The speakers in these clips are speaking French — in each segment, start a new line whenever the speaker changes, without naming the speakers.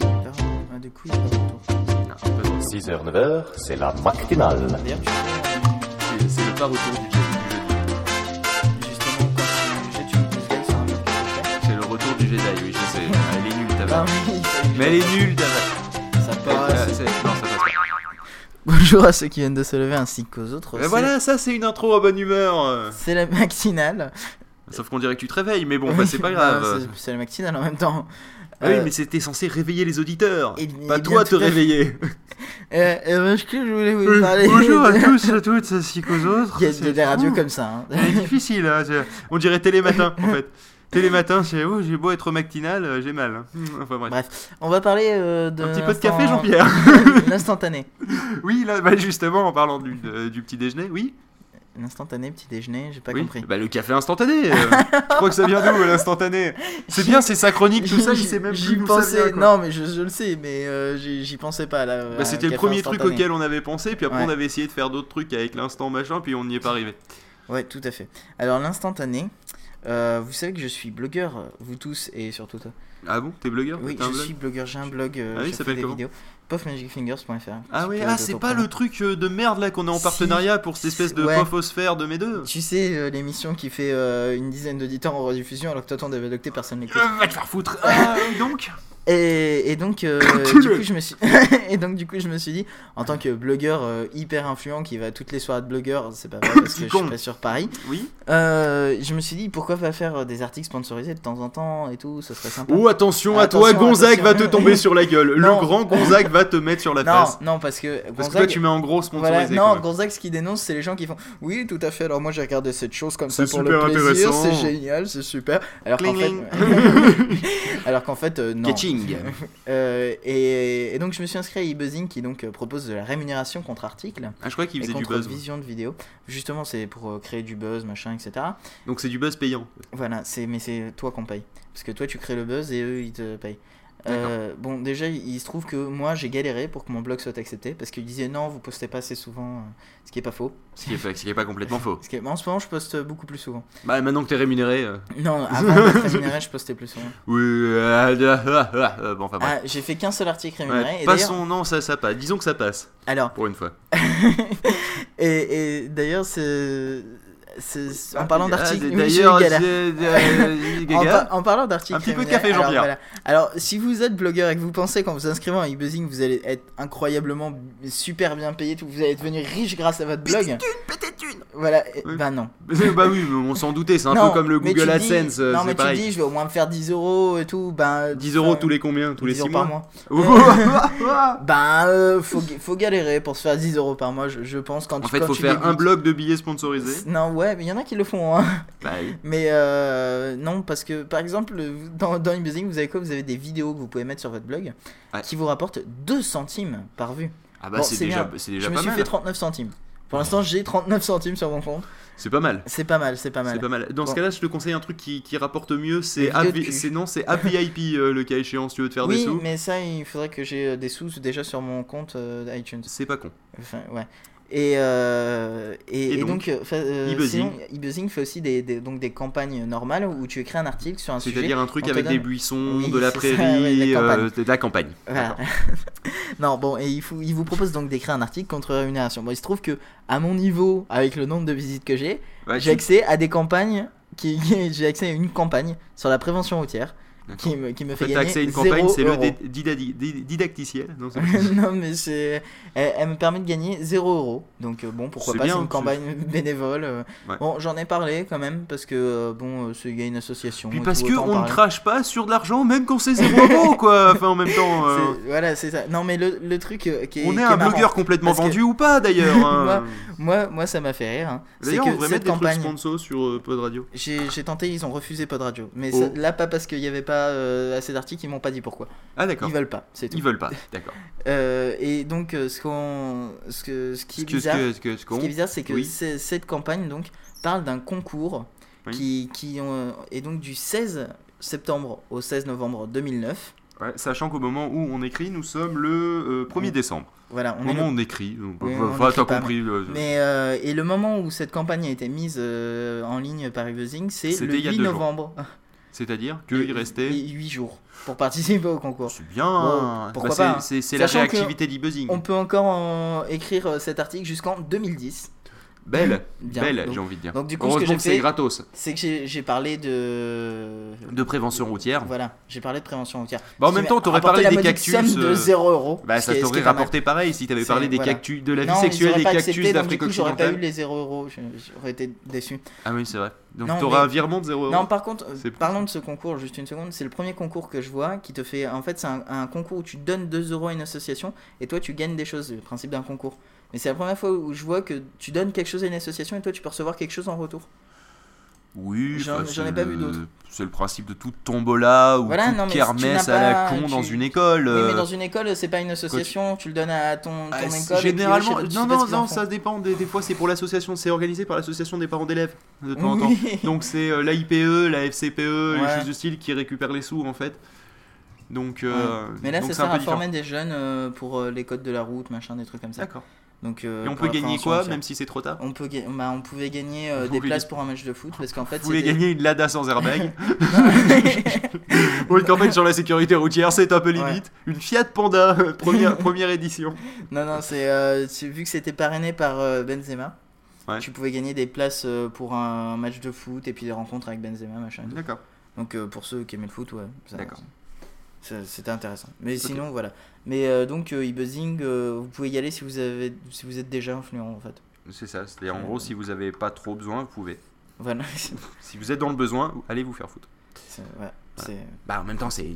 Ah, du coup, je sais pas pourquoi.
6h, 9h, c'est la matinale.
Ah, D'ailleurs, tu
C'est c'est le pas retour du Jedi.
justement, quand tu es obligé, tu me disais sur un mur qui est ouvert.
C'est le retour du Jedi, oui, je sais. Elle est nulle, ta
Ah
vanne.
oui, ça y est.
bah Mais elle est nulle, ta vanne.
Ça
Euh,
passe.
c'est- Non, ça passe pas.
Bonjour à ceux qui viennent de se lever ainsi qu'aux autres.
Mais
C'est-
voilà, ça, c'est une intro à bonne humeur. euh.
C'est la matinale.
Sauf qu'on dirait que tu te réveilles, mais bon, bah, c'est pas
Non,
grave.
c'est- C'est la matinale en même temps.
Ah oui,
Euh,
mais c'était censé réveiller les auditeurs.
et- et
Pas
bien
toi
tout
te
à fait.
réveiller.
Euh, euh, je je voulais vous
Euh,
parler.
Bonjour à
de-
tous, à toutes, ainsi qu'aux autres.
Il y a
C'est-
des radios
Ouh,
comme ça. hein.
C'est difficile, hein, c'est- on dirait télématin en fait. Télématin, c'est oh, j'ai beau être matinal, euh, j'ai mal. Hmm, Enfin bref.
Bref, on va parler euh, de.
Un petit peu de
l'instant-
café, Jean-Pierre.
L'instantané.
Oui, là, bah, justement, en parlant du, de- du petit déjeuner, oui.
L'instantané, petit déjeuner, j'ai pas
oui.
compris.
Bah, le café instantané. euh, je crois que ça vient d'où euh, l'instantané C'est bien, c'est sa chronique, tout ça, il sait même
J'y
plus d'où ça
pensais,
vient. quoi.
non, mais je, je le sais, mais euh, j'y j'y pensais pas là.
Bah, c'était le premier truc auquel on avait pensé, puis après
Ouais.
on avait essayé de faire d'autres trucs avec l'instant machin, puis on n'y est pas arrivé.
Ouais, tout à fait. Alors, l'instantané, euh, vous savez que je suis blogueur, euh, vous tous et surtout toi.
Ah bon, t'es blogueur
Oui,
T'as un
je
blog
suis blogueur, j'ai un blog, euh,
Ah oui,
je fais
ça s'appelle
des
comment
vidéos. puffmagicfingers.fr.
Ah
Tu
oui,
peux
ah, c'est pas
t'auto-prendre.
le truc euh, de merde là qu'on est en
Si.
partenariat pour cette espèce de
Ouais.
profosphère de mes deux
Tu sais, euh, l'émission qui fait euh, une dizaine d'auditeurs en rediffusion alors que toi t'en avais docté, personne n'écoute.
Euh, Va te faire foutre Ah, donc
Et, et donc, euh, du coup, je me suis... et donc, du coup, je me suis dit, en tant que blogueur euh, hyper influent qui va toutes les soirées de blogueur, c'est pas vrai parce que
Petit
je
con.
suis pas sur Paris,
Oui
euh, je me suis dit, pourquoi pas faire euh, des articles sponsorisés de temps en temps et tout, ce serait sympa.
Oh attention à toi,
Attention,
Gonzague
attention.
va te tomber sur la gueule. Le
Non.
grand Gonzague va te mettre sur la
non,
face.
non, parce que
Parce que toi
Gonzague-
tu mets en gros
voilà,
sponsorisé. quand
non,
même.
Gonzague, ce qu'il dénonce, c'est les gens qui font Oui, tout à fait, alors moi j'ai regardé cette chose comme ça
C'est
pour
super
le plaisir,
intéressant.
c'est génial, c'est super. Alors qu'en fait,
Cling,
alors qu'en fait euh, non.
Catching.
Euh, et, et donc je me suis inscrit à eBuzzing qui donc euh, propose de la rémunération contre article
Ah, je crois qu'il
et
faisait du
contre
buzz.
vision de vidéo. Justement, c'est pour euh, créer du buzz, machin, etc.
Donc c'est du buzz payant.
Voilà, c'est mais c'est toi qu'on paye parce que toi tu crées le buzz et eux ils te payent.
D'accord.
Euh, bon, déjà, il il se trouve que moi j'ai galéré pour que mon blog soit accepté parce qu'ils disaient non, vous postez pas assez souvent, euh, ce qui est pas faux.
Ce qui est pas, ce qui est pas complètement faux.
Parce que, en ce moment, je poste beaucoup plus souvent.
Bah maintenant que t'es rémunéré. euh,
Non, avant d'être rémunéré, je postais plus souvent.
Oui. euh, euh, euh, euh, euh, bon enfin bref.
Ah, j'ai fait qu'un seul article
Ouais,
rémunéré. et d'ailleurs,
passons, non ça ça passe. Disons que ça passe
alors,
pour une fois.
et, et d'ailleurs, c'est, c'est- en parlant
Ah,
d'articles, oui, j'ai eu
D'ailleurs,
galère.
c'est- euh,
En,
Gaga.
par- en parlant d'articles,
Un petit peu de
rémunérés,
café, Jean-Pierre.
Alors, voilà. Alors, si vous êtes blogueur et que vous pensez qu'en vous inscrivant à eBuzzing, vous allez être incroyablement b- super bien payé, tout, vous allez devenir riche grâce à votre blog. Voilà, et-
Oui.
bah non.
Mais- bah oui, mais on s'en doutait, c'est un
Non,
peu comme le
mais
Google
tu dis-
AdSense, euh,
non, mais
c'est pareil.
tu dis, je vais au moins me faire 10 euros et tout. Ben,
10 euros
enfin,
tous les combien Tous les
10
6
euros
mois
par mois.
En
Ben, euh, faut, ga- faut galérer pour se faire 10 euros par mois, je, je pense. Quand tu-
fait,
quand
faut
tu
faire un
débutes.
bloc de billets sponsorisés.
Non, ouais, mais il y en a qui le font. Hein.
Bah oui.
Mais euh, non, parce que par exemple, vous- dans, dans eBuzzing, vous avez quoi Vous avez des vidéos que vous pouvez mettre sur votre blog
Ouais.
qui vous rapportent 2 centimes par vue.
Ah bah
Bon,
c'est
c'est
déjà,
bien.
c'est déjà
Je me
pas
suis
mal. hein.
fait 39 centimes. Pour l'instant, j'ai 39 centimes sur mon compte.
C'est pas mal.
C'est pas mal, c'est pas
C'est
mal.
pas mal. Dans ce
Bon.
cas-là, je te conseille un truc qui, qui rapporte mieux,
Les
c'est
vidéos de
AV
cul.
c'est non, c'est APIP euh, le cas échéant, si tu veux te faire des
Oui,
sous.
mais ça, il faudrait que j'ai euh, des sous déjà sur mon compte euh, iTunes.
C'est pas con.
Enfin, ouais. Et, euh, et,
Et
et donc, euh, fa- euh,
eBuzzing.
sinon, eBuzzing fait aussi des, des- donc des campagnes normales où tu écris un article sur un sujet.
C'est-à-dire un truc
on te
avec
donne-
des buissons,
Oui,
de la
c'est ça,
prairie,
ouais, la
euh,
campagne.
de la campagne.
Voilà.
D'accord.
non, bon, et il, faut, il vous propose donc d'écrire un article contre la rémunération. Bon, il se trouve que, à mon niveau, avec le nombre de visites que j'ai,
Ouais,
j'ai accès à des campagnes. Qui, qui- j'ai accès à une campagne sur la prévention routière
D'accord.
qui me, qui me
En
fait
fait, t'as
gagner.
accès à une campagne, c'est le
zéro euro.
dé- didadi- di- didacticiel. Non, c'est pas-
non, mais c'est. Elle, elle me permet de gagner 0 euros. Donc, euh, bon, pourquoi
C'est
pas,
bien,
c'est une
c'est-
campagne bénévole. euh.
Ouais.
Bon, j'en ai parlé quand même, parce que, euh, bon, euh, c'est- il y a une association.
Puis
et
parce
tout,
que
autant en
on ne
parler.
crache pas sur de l'argent, même quand c'est zéro euro, quoi. Enfin, en même temps, euh,
C'est- Voilà, c'est ça. Non, mais le, le truc euh, qui est.
on
qui
est
est
un
marrant,
blogueur complètement
Parce que-
vendu ou pas d'ailleurs. hein.
Moi, moi, ça m'a fait rire. hein. C'est
D'ailleurs, on
que
devrait
cette
mettre des trucs
campagne.
sponsors sur euh, Pod Radio.
J'ai j'ai tenté, ils ont refusé Pod Radio. Mais
Oh.
ça- là, pas parce qu'il n'y avait pas euh, assez d'articles, ils m'ont pas dit pourquoi.
Ah d'accord.
Ils veulent pas, c'est tout.
Ils veulent pas. D'accord.
Euh, et donc, euh, ce, qu'on ce, que, ce qui
Ce
est
que- ce
bizarre.
que- ce que- ce qu'on-
Ce qui est bizarre, c'est que
Oui.
c'est- cette campagne donc parle d'un concours
Oui.
qui, qui euh, est donc du 16 septembre au 16 novembre 2009.
Ouais, sachant qu'au moment où on écrit, nous sommes le euh, 1er
Oui.
décembre.
Voilà, on
Au
est.
moment où
le-
on écrit, on-
Oui, on
enfin,
écrit
t'as
pas,
compris. euh,
Mais euh, et le moment où cette campagne a été mise euh, en ligne par Ebuzzing, c'est
C'était
le
il y a
8
deux jours.
novembre.
C'est-à-dire qu'il restait.
8 jours pour participer au concours.
C'est bien. hein.
Wow, pourquoi
c'est-
pas, hein.
C'est c'est la
Sachant que
réactivité d'e-buzzing.
On peut encore en écrire euh, cet article jusqu'en 2010.
Belle,
Bien,
belle,
donc-
j'ai envie de dire.
donc du coup, ce que
Heureusement
j'ai
que c'est
fait-
gratos.
C'est que j'ai j'ai parlé de.
De prévention routière.
Voilà, j'ai parlé de prévention routière.
Bah, en
Qui
même
m'a
temps, t'aurais
rapporté
parlé
la
des
modique
cactus.
somme de
euh,
0 euros.
Bah,
ce
ça
qui est- ce qui
t'aurait
est pas mal.
rapporté pareil si t'avais
C'est-
parlé des
voilà.
cactus, de la vie
Non, ils
sexuelle
auraient
des
pas
cactus
accepté, donc
d'Afrique
Du coup, j'aurais pas eu
occidentale.
les 0 euros, je- j'aurais été déçu.
Ah oui, c'est vrai. Donc
Non,
t'auras
mais-
un virement de 0
Non, par contre, euh,
C'est-
parlons de ce concours, juste une seconde. C'est le premier concours que je vois qui te fait. En fait, c'est un, un concours où tu donnes 2 euros à une association et toi, tu gagnes des choses. C'est le principe d'un concours. Mais c'est la première fois où je vois que tu donnes quelque chose à une association et toi, tu peux recevoir quelque chose en retour.
Oui,
J'en-
bah,
j'en ai
c'est
pas vu
le-
d'autres.
c'est le principe de toute tombola ou
Voilà,
toute
non, mais si tu
kermesse
n'as
à la
pas-
con
tu-
dans une école.
Oui, mais
euh,
dans une école, c'est pas une association, tu le donnes à ton, ton
ah,
école.
c'est-
et puis eux,
généralement,
chez eux, tu
non,
fais ce
non,
qu'ils en
non,
font.
ça dépend. Des, des fois, c'est pour l'association, c'est organisé par l'association des parents d'élèves de temps en temps.
Oui.
Donc c'est euh, l'AIPE, la FCPE, E, les
Ouais.
choses du style qui récupèrent les sous en fait. Donc, euh,
Mais là,
donc
ça
c'est
sert
un peu
à
différent.
former des jeunes euh, pour euh, les codes de la route, machin, des trucs comme ça.
D'accord.
Donc, euh,
Et on
pour
peut
la
gagner
prévention
quoi,
routière.
même si c'est trop tard
on, peut ga- bah, on pouvait gagner euh,
On
des
pouvait-
places pour un match de foot parce qu'en fait
Vous voulez
c'était-
gagner une Lada sans airbag
ouais,
ou une campagne sur la sécurité routière, c'est un peu
Ouais.
limite. Une Fiat Panda, première, première édition.
non non c'est euh, c'est- vu que c'était parrainé par euh, Benzema
Ouais.
tu pouvais gagner des places euh, pour un match de foot et puis des rencontres avec Benzema machin et tout.
D'accord.
donc euh, pour ceux qui aimaient le foot ouais ça-
Mhm. D'accord.
ça- c'était intéressant mais sinon voilà mais euh, donc euh, e-buzzing euh, vous pouvez y aller si vous avez si vous êtes déjà influent en fait
C'est ça, c'est en gros si vous avez pas trop besoin, vous pouvez.
voilà
Si vous êtes dans le besoin, allez vous faire foutre.
C'est- ouais, c'est-
Bah en même temps, c'est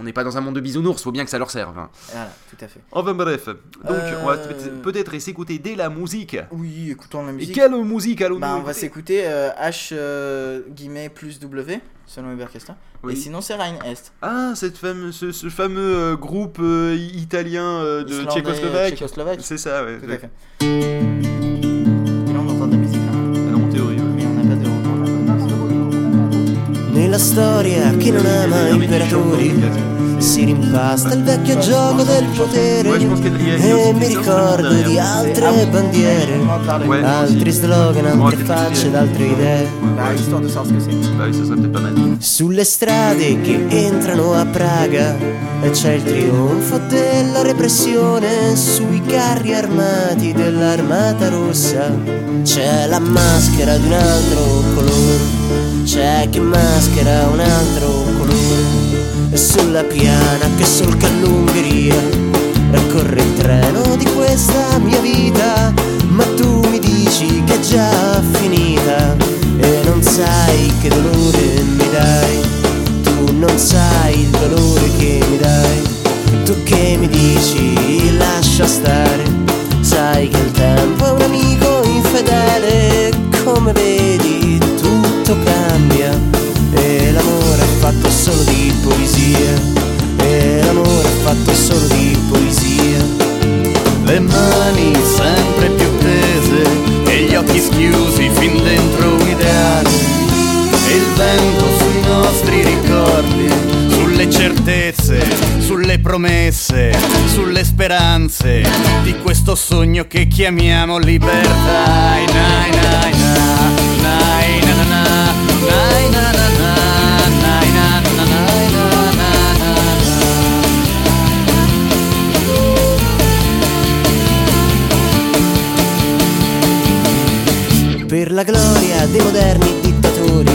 on n'est pas dans un monde de bisounours, faut bien que ça leur serve. hein.
voilà tout à fait
Enfin bref, donc
Euh,
on va peut- peut-être s'écouter dès la musique.
oui écoutons la
Et
musique
quelle musique allons-nous
Bah, on va
écouter
s'écouter euh, H euh, guillemets plus W selon Ubercasta.
Oui.
Et sinon c'est Rhine Est.
Ah, cette fame- ce, ce fameux euh, groupe euh, italien euh, de
Islandais,
Tchécoslovaque.
Tchécoslovaque.
C'est ça, ouais.
Tout à fait. Et là on entend de la musique là,
Ah non, en théorie, ouais.
mais on n'a pas de retour.
Nella storia chi non ama imperatori si rimpasta il vecchio gioco del
Ouais, je pense
potere
qu'il y a- il y a
e
aussi
mi
des instruments
ricordo di
derrière.
Ah
altre bandiere,
Ouais.
altri slogan, altre
Ouais.
facce ed altre idee.
Bah, histoire de savoir ce que c'est.
Bah oui, ça serait peut-être pas mal.
Sulle strade che entrano a Praga c'è il trionfo della repressione sui carri armati dell'armata rossa. C'è la maschera di un altro colore, c'è chi maschera un altro colore. E sulla piana che solca l'Ungheria raccorre il treno di questa mia vita, ma tu mi dici che è già finita e non sai che dolore mi dai, tu non sai il dolore che mi dai, tu che mi dici lascia stare, sai che il tempo è un amico infedele, come vedi tutto cambia e l'amore è fatto solo di poesia. E l'amore è fatto solo di poesia
le mani sempre più tese e gli occhi schiusi fin dentro un ideale. E il vento sui nostri ricordi, sulle certezze, sulle promesse, sulle speranze di questo sogno che chiamiamo libertà. Nai, nai, na, nai, na, na, na, nai, na, na, na, nai, na, na, nai, na, na, na, na.
Per la gloria dei moderni dittatori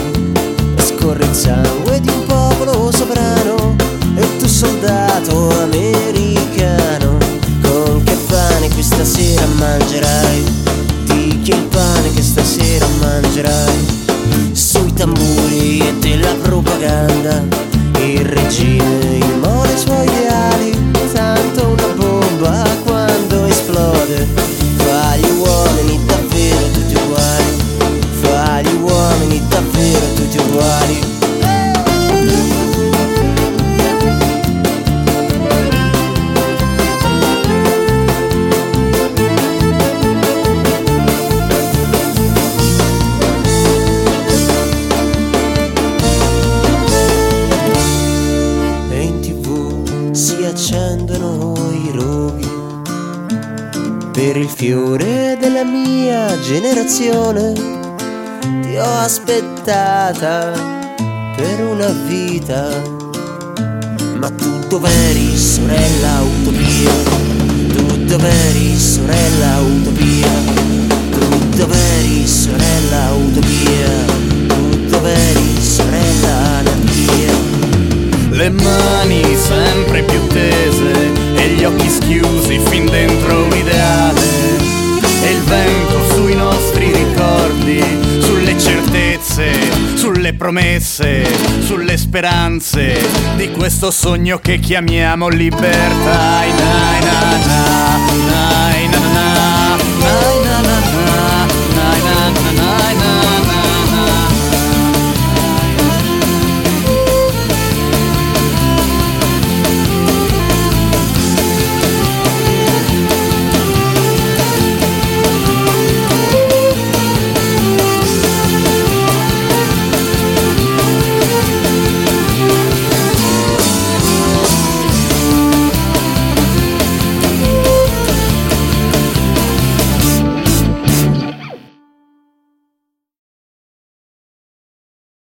Scorre il sangue di un popolo sovrano E tu soldato americano Con che pane qui stasera mangerai? Di chi è il pane che stasera mangerai? Sui tamburi e della propaganda Il regime immole i suoi ideali Tanto una bomba quando esplode Fa gli uomini davvero tutti uguali Fa gli uomini davvero tutti uguali E in tv si accendono i roghi per il fiore della mia generazione ti ho aspettata per una vita. Ma tu dov'eri, sorella utopia? Tu dov'eri, sorella utopia? Tu dov'eri, sorella utopia? Tu dov'eri, sorella anarchia?
Le mani sempre più tese e gli occhi schiusi fin dentro un ideale. E il vento sui nostri ricordi, sulle certezze, sulle promesse, sulle speranze di questo sogno che chiamiamo libertà. Nai, nai, na, na, nai, na, na, na.